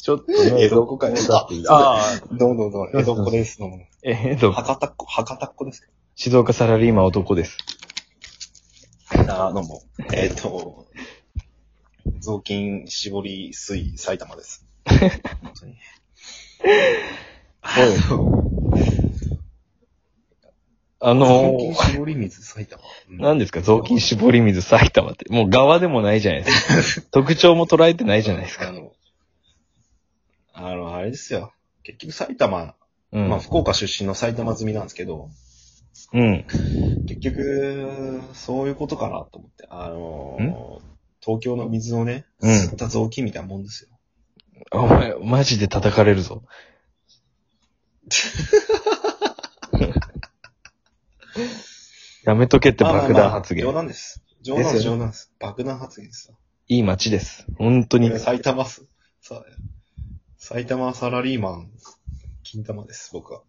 ちょっとね、江戸っ子かよだってああ、どうどうどう、江戸っ子です。どうも。えっと、博多っ子、博多っ子ですか静岡サラリーマン男です。あどうも。えっ、と、雑巾絞り水埼玉です。本当に。あのあの雑ー、巾絞り水埼玉。うん何ですか雑巾絞り水埼玉って。もう側でもないじゃないです か。特徴も捉えてないじゃないですあか。の、あの、あれですよ。結局埼玉、うまあん。福岡出身の埼玉済みなんですけど、うん。結局、そういうことかなと思って。あのー、東京の水をね、うん吸った雑巾みたいなもんですよ。お前、マジで叩かれる ぞ。やめとけってまあまあ爆弾発まあ言冗。談です。冗談で、ですすよ冗談です。爆弾発言ですよ。いい街です。本当に。俺埼玉す、さ、埼玉サラリーマン、金玉です、僕は。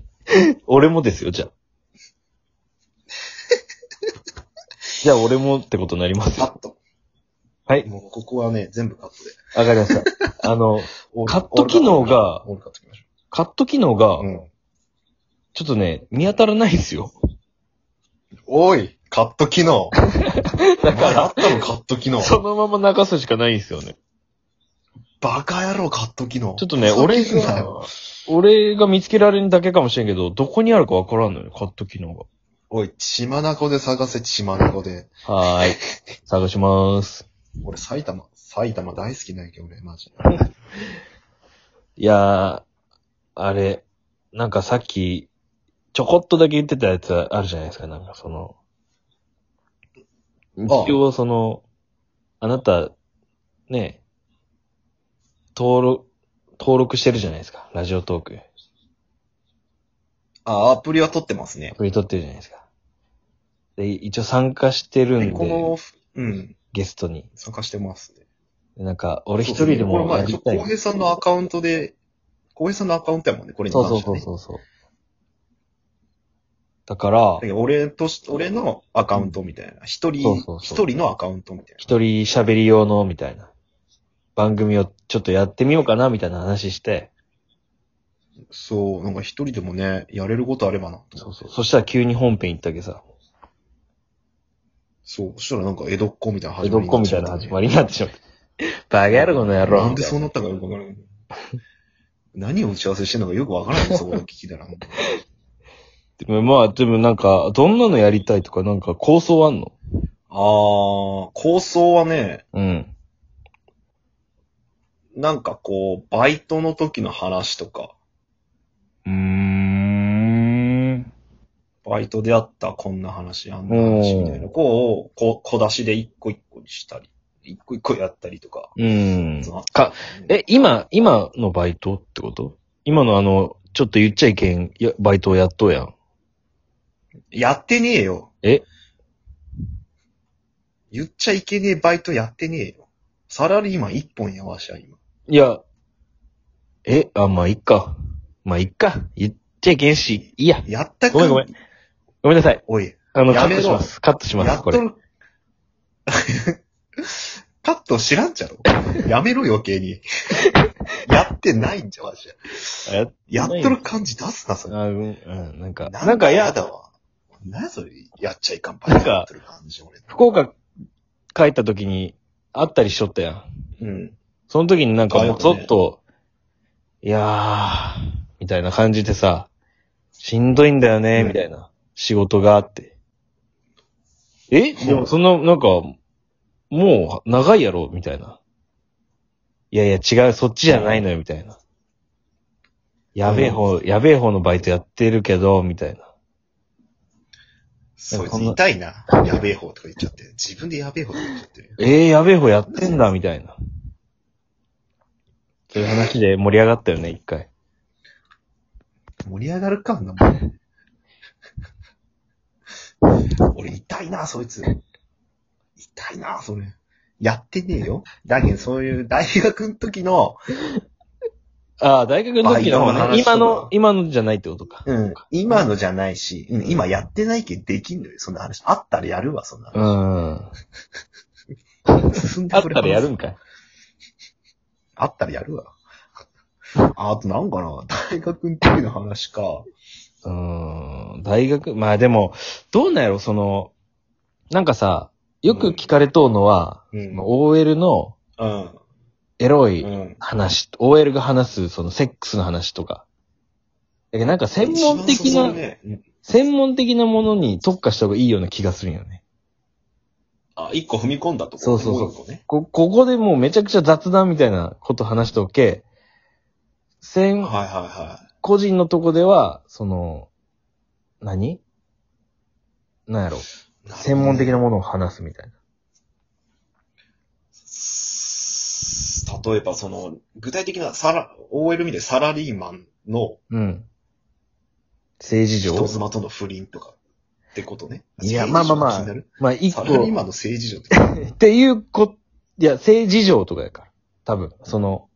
俺もですよ、じゃあ。 じゃあ俺もってことになりますカよ。ット。はいもうここはね、全部カットで。わかりました。あの、オールカット機能がオールカットいきましカット機能がょう。、うん。ちょっとね、見当たらないんですよ。おいカット機能 だ だかからあったのカット機能 ら、そのまま流すしかないんですよね。バカ野郎カット機能ちょっとね俺ふざけんなよ俺が見つけられるだけかもしれんけど、どこにあるかわからんのよ、カット機能が。おい、血まなこで探せ、血まなこで。はーい。 探しまーす。俺、埼玉、埼玉大好きなんやけど、俺、マジで。いやー、あれ、なんかさっき、ちょこっとだけ言ってたやつあるじゃないですか、なんかその。あ一応その、あなた、ね、登録、登録してるじゃないですか、ラジオトーク。あ、アプリは撮ってますねア。プリ取ってるじゃないですか。で、一応参加してるでんこで、の、うん、ゲストに。参加してますね。でなんか、俺一人でもこれや前、ちりょたい浩。平さんのアカウントで、浩平さんのアカウントやもんね、これにそ関うそうしてそはうね。そうそう。だからだけ、ど俺とし、俺のアカウントみたいな。一そう人そう、そう一人のアカウントみたいな。一人喋り用の、みたいな。番組をちょっとやってみようかな、みたいな話して。そう、なんか一人でもね、やれることあればな。そうそう。そしたら急に本編行ったわけさ。そう、そしたらなんか江戸っ子みたいな江始ま戸りっに子なっみちたゃいっなたね。始まりになってしまった。バカ野郎、この野郎。なんでそうなったかよくわからない。何を打ち合わせしてんのかよくわからないです、そこで聞きたら。でもまあ、でもなんか、どんなのやりたいとか、なんか構想あんのあー、構想はね、うん。なんかこう、バイトの時の話とか、うーん。バイトであったこんな話、あんな話みたいな、こう、こ小出しで一個一個にしたり、一個一個やったりとか。うん。そのか、え、今、今のバイトってこと今のあの、ちょっと言っちゃいけん、やバイトをやっとうやん。やってねえよ。え言っちゃいけねえバイトやってねえよ。サラリーマン一本やわしは今。いや、え、あ、まあ、いっか。まあ、いっか。言っちゃいけんし、いいや。やったかごめんごめん。ごめんなさい。おい、あの、カやッめトろします。カットしまやす、っことれ。る。 カット知らんじゃろ。やめろ余計 に。やってないんじゃわしは。やっやっとる感じ出すな、それ。あ、うん、うん、なんか、ななんんかか嫌や、だわ。なそれ、やっちゃいかんばっかやってる感じ、俺。福岡帰った時に会ったりしとったやん。うん。その時になんかあよもくうねちょっと、いやー、みたいな感じでさ、しんどいんだよね、うんみたいな、仕事があって。えでもそんな、なんか、もう長いやろ、みたいな。いやいや違う、そっちじゃないのよ、みたいな。やべえ方、やべえ方のバイトやってるけど、みたいな。そいつこんな痛いな。やべえ方とか言っちゃって。自分でやべえ方とか言っちゃってる。ええー、やべえ方やってんだ、みたいな。そういう話で盛り上がったよね、一回。盛り上がるか、あんなも ん。俺痛いな、そいつ。痛いな、それ。やってねえよ。だけど、そういう大学の時の、ああ、大学の時のバイトの話ね、とか今の、今のじゃないってことか。うん、今のじゃないし、うん、今やってないけどできんのよ、そんな話。あったらやるわ、そんなう。 ん。あ進んでっくれたらやるんかい。あったらやるわ。 あとなんかな、大学の時の話か。うーん、大学、まあでも、どうなんやろ、その、なんかさ、よく聞かれとうのは、うんその OL のうん。エロいうん。話、OL が話すそのセックスの話とか。だけどなんか専門的一な、番そうねうん専門的なものに特化した方がいいような気がするんよね。あ、一個踏み込んだとこそうそうそうも一個ね。こ、ここでもうめちゃくちゃ雑談みたいなこと話しておけ、専、はいはいは個人のとこでは、その、何なんやろい。専門的なもものを話すみたいな。の。例えばその、具体的なサラ、OL 見てサラリーマンのうん。政治上人妻との不倫とかってことね。いや、まあ政治まあま上気あになる、まあ一サ個、ラリっーマンの政治上って。ていうこ、いや、政治上とかやから。多分、その、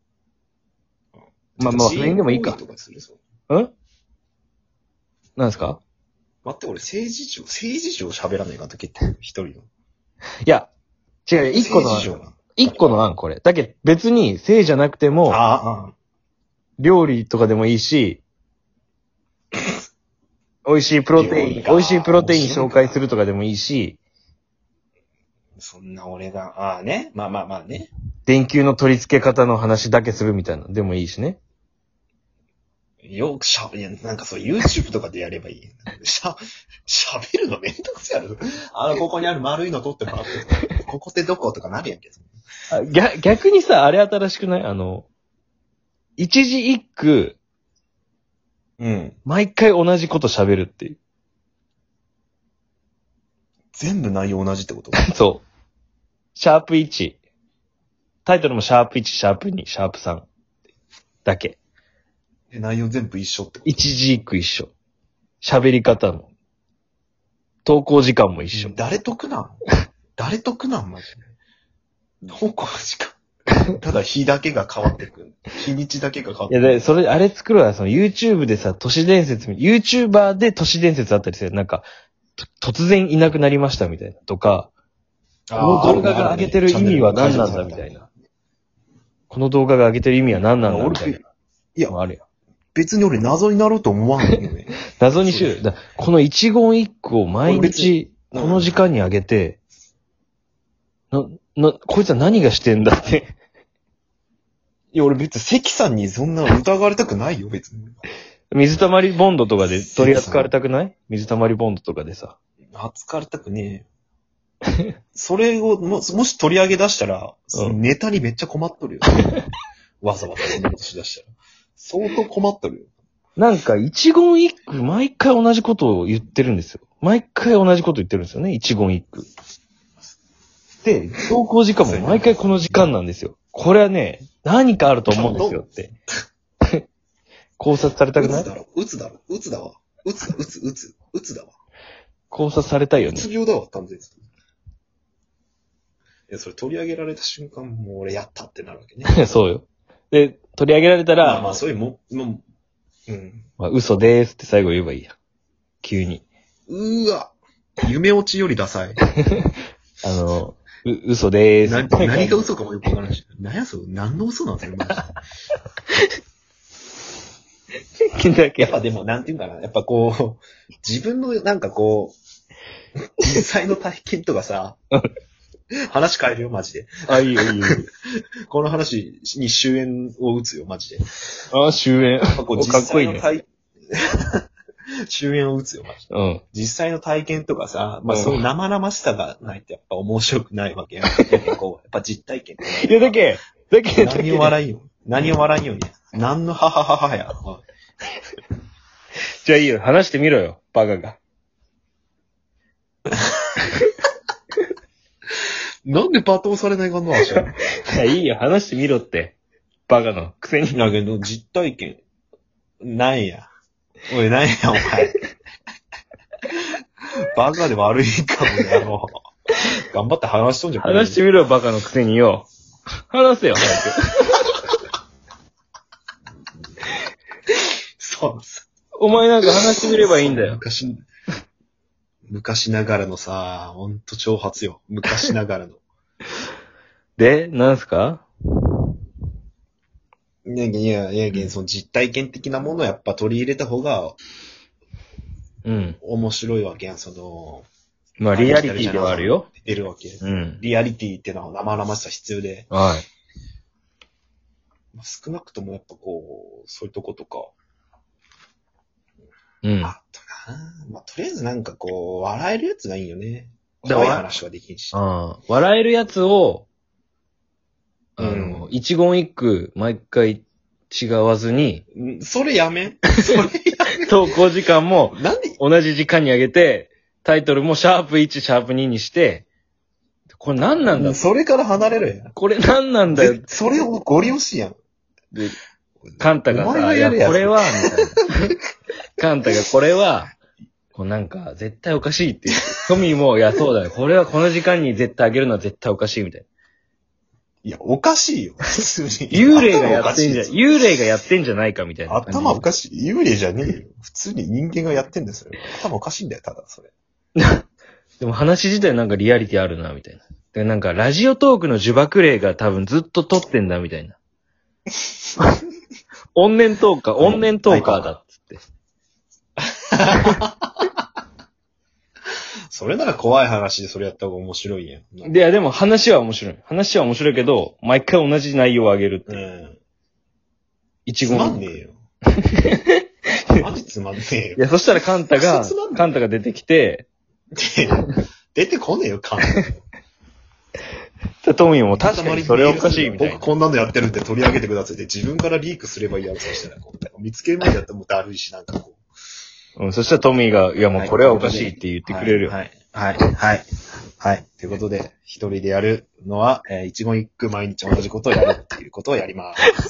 まあまあ、不倫でもいいか自。由行為とにするそううんなんですか待って、俺政治上、政治上喋らないかと結局一人の。いや、違うよ、一個の政治上案、な。一個の案、これ。だけど別に、性じゃなくても、ああ、料理とかでもいい し、美味しいプロテイ料ン、理美か味しいプロテイン紹介するとかでもいいし、そんな俺が、ああね。まあまあまあね。電球の取り付け方の話だけするみたいなのでもいいしね。よくしゃべ、いや、なんかそう、YouTube とかでやればいい。しゃ、喋るのめんどくせえやろ。あの、ここにある丸いの取ってもらって。ここってどことかなるやんけ。あ逆逆にさ、あれ新しくないあの、一字一句、うん。毎回同じこと喋るっていう。 全部内容同じってことそう。シャープ1。タイトルもシャープ1、シャープ2、シャープ3。だけ。え内容全部一緒ってこと一字一句一緒。喋り方も。投稿時間も一緒。誰得なん誰得なんマジで。方向し か。ただ日だけが変わってくる。日にちだけが変わっいてや、くる。で、それ、あれ作るわ。その YouTube でさ、都市伝説み、YouTuber で都市伝説あったりする。なんか、と突然いなくなりましたみたいな。とか、この動画が上げてる意味は何なんだみたいな。この動画が上げてる意味は何なんだみたいな。いやもうあるやん。別に俺謎になろうと思わんよね。謎にしようよだこの一言一句を毎俺別日、うんこの時間に上げて、な、な、こいつは何がしてんだって。いや、俺別に関さんにそんな疑われたくないよ、別に。水溜りボンドとかで取り扱われたくない水溜りボンドとかでさ。扱われたくね え。それをも、もし取り上げ出したら、そのネタにめっちゃ困っ とるよ。わざわざそんなことしだしたら。相当困っとるよ。なんか、一言一句、毎回同じことを言ってるんですよ。毎回同じこと言ってるんですよね、一言一句。で、投稿時間も毎回この時間なんですよ。これはね、何かあると思うんですよって。 考察されたくうないつだろ、うつだろ、うつだわ。うつ、うつ、うつ、うつだわ。考察されたいようね つ。病だわ、完全に。いや、それ取り上げられた瞬間、もう俺やったってなるわけね。そうよ。で、取り上げられたら、まあままああ、そういうも、もう、うん。嘘でーすって最後言えばいいや。急に。うーわ。夢落ちよりダサい。あの、う、嘘でーすなって。何が嘘かもよくわからないし。何やそれ何の嘘なんですかマジ でだけ やっぱでも、なんていうんかな。やっぱこう、自分のなんかこう、実際の体験とかさ、話変えるよ、マジで。あ、いいよ、いいよ。この話に終焉を打つよ、マジで。あ、終焉。やっぱこうおかっこいいね実際の体 終焉を打つよ、マジで。うん。実際の体験とかさ、まあうんその生々しさがないとやっぱ面白くないわけや。 やっぱこう、やっぱ実体験。いや、だけ、だけ、だ何けを、笑いよ。何を笑いよね。何のハハハハや。おいじゃあいいよ、話してみろよ、バカが。なんで罵倒されない かな、わしは。いや、 いいよ、話してみろって。バカのくせに。だけど、実体験、ないや。おい、ないや、お前。バカで悪いかもやろう。頑張って話しとんじゃん。話してみろよ、バカのくせによ。話せよ、早く。そうお前なんか話してみればいいんだよ。昔、昔ながらのさ、ほんと挑発よ。昔ながらの。で、なんすか いやけん、いや、いやけん、その実体験的なものをやっぱ取り入れた方がうん。面白いわけやん、その、まあ、リアリティではあるよ。出るわけ。うん。リアリティっていうのは生々しさ必要で、はい。まあ少なくともやっぱこう、そういうとことか、うん。あったなぁまあ、とりあえずなんかこう、笑えるやつがいいよね。だから怖い話はできんし。ああ、笑えるやつを、あの、う一言一句、毎回違わずに、 うんそれやめん。それや投稿時間もめん。なんで、同じ時間に上げて、タイトルもシャープ1、シャープ2にして、これ何なんだ、それから離れるやん。これ何なんだよっでそれをゴリ押しやん。て、カンタがお前さ、がいやや、れやこれは、みたいな。 カンタがこれは、こうなんか、絶対おかしいって言って。トミーも、いや、そうだよ。これはこの時間に絶対上げるのは絶対おかしい、みたいな。いや、おか しいよ。普通に。幽霊がやってんじゃ、い幽霊がやってんじゃないかみたいな感じ。頭おかしい。幽霊じゃねえよ。普通に人間がやってんですよ。頭おかしいんだよ、ただそれ。でも話自体なんかリアリティあるな、みたいな。で、なんかラジオトークの呪縛霊が多分ずっと撮ってんだ、みた いな。怨念トーカー、怨念トーカーだ、っつって。それなら怖い話でそれやった方が面白いやん。でいや、でも話は面白い。話は面白いけど、毎回同じ内容を上げるっうて。ん。一つまん言。ねい えよ。マジつまんねえよ。や、そしたらカンタが つまんね、えカンタが出てきて、 出てこねえ よ、カントミーも確かにそれおかしいみたいな僕。こんなのやってるんで取り上げてくださいって、自分からリークすればいいやつでしたら、こうなんか見つけるまでやったらもうだるいし、なんかこう。うん、そしたらトミーが、いやもうこれはおかしいって言ってくれるよ。はい。はい。はい。はい。はいということで、一人でやるのは、えー一言一句毎日同じことをやるっていうことをやります。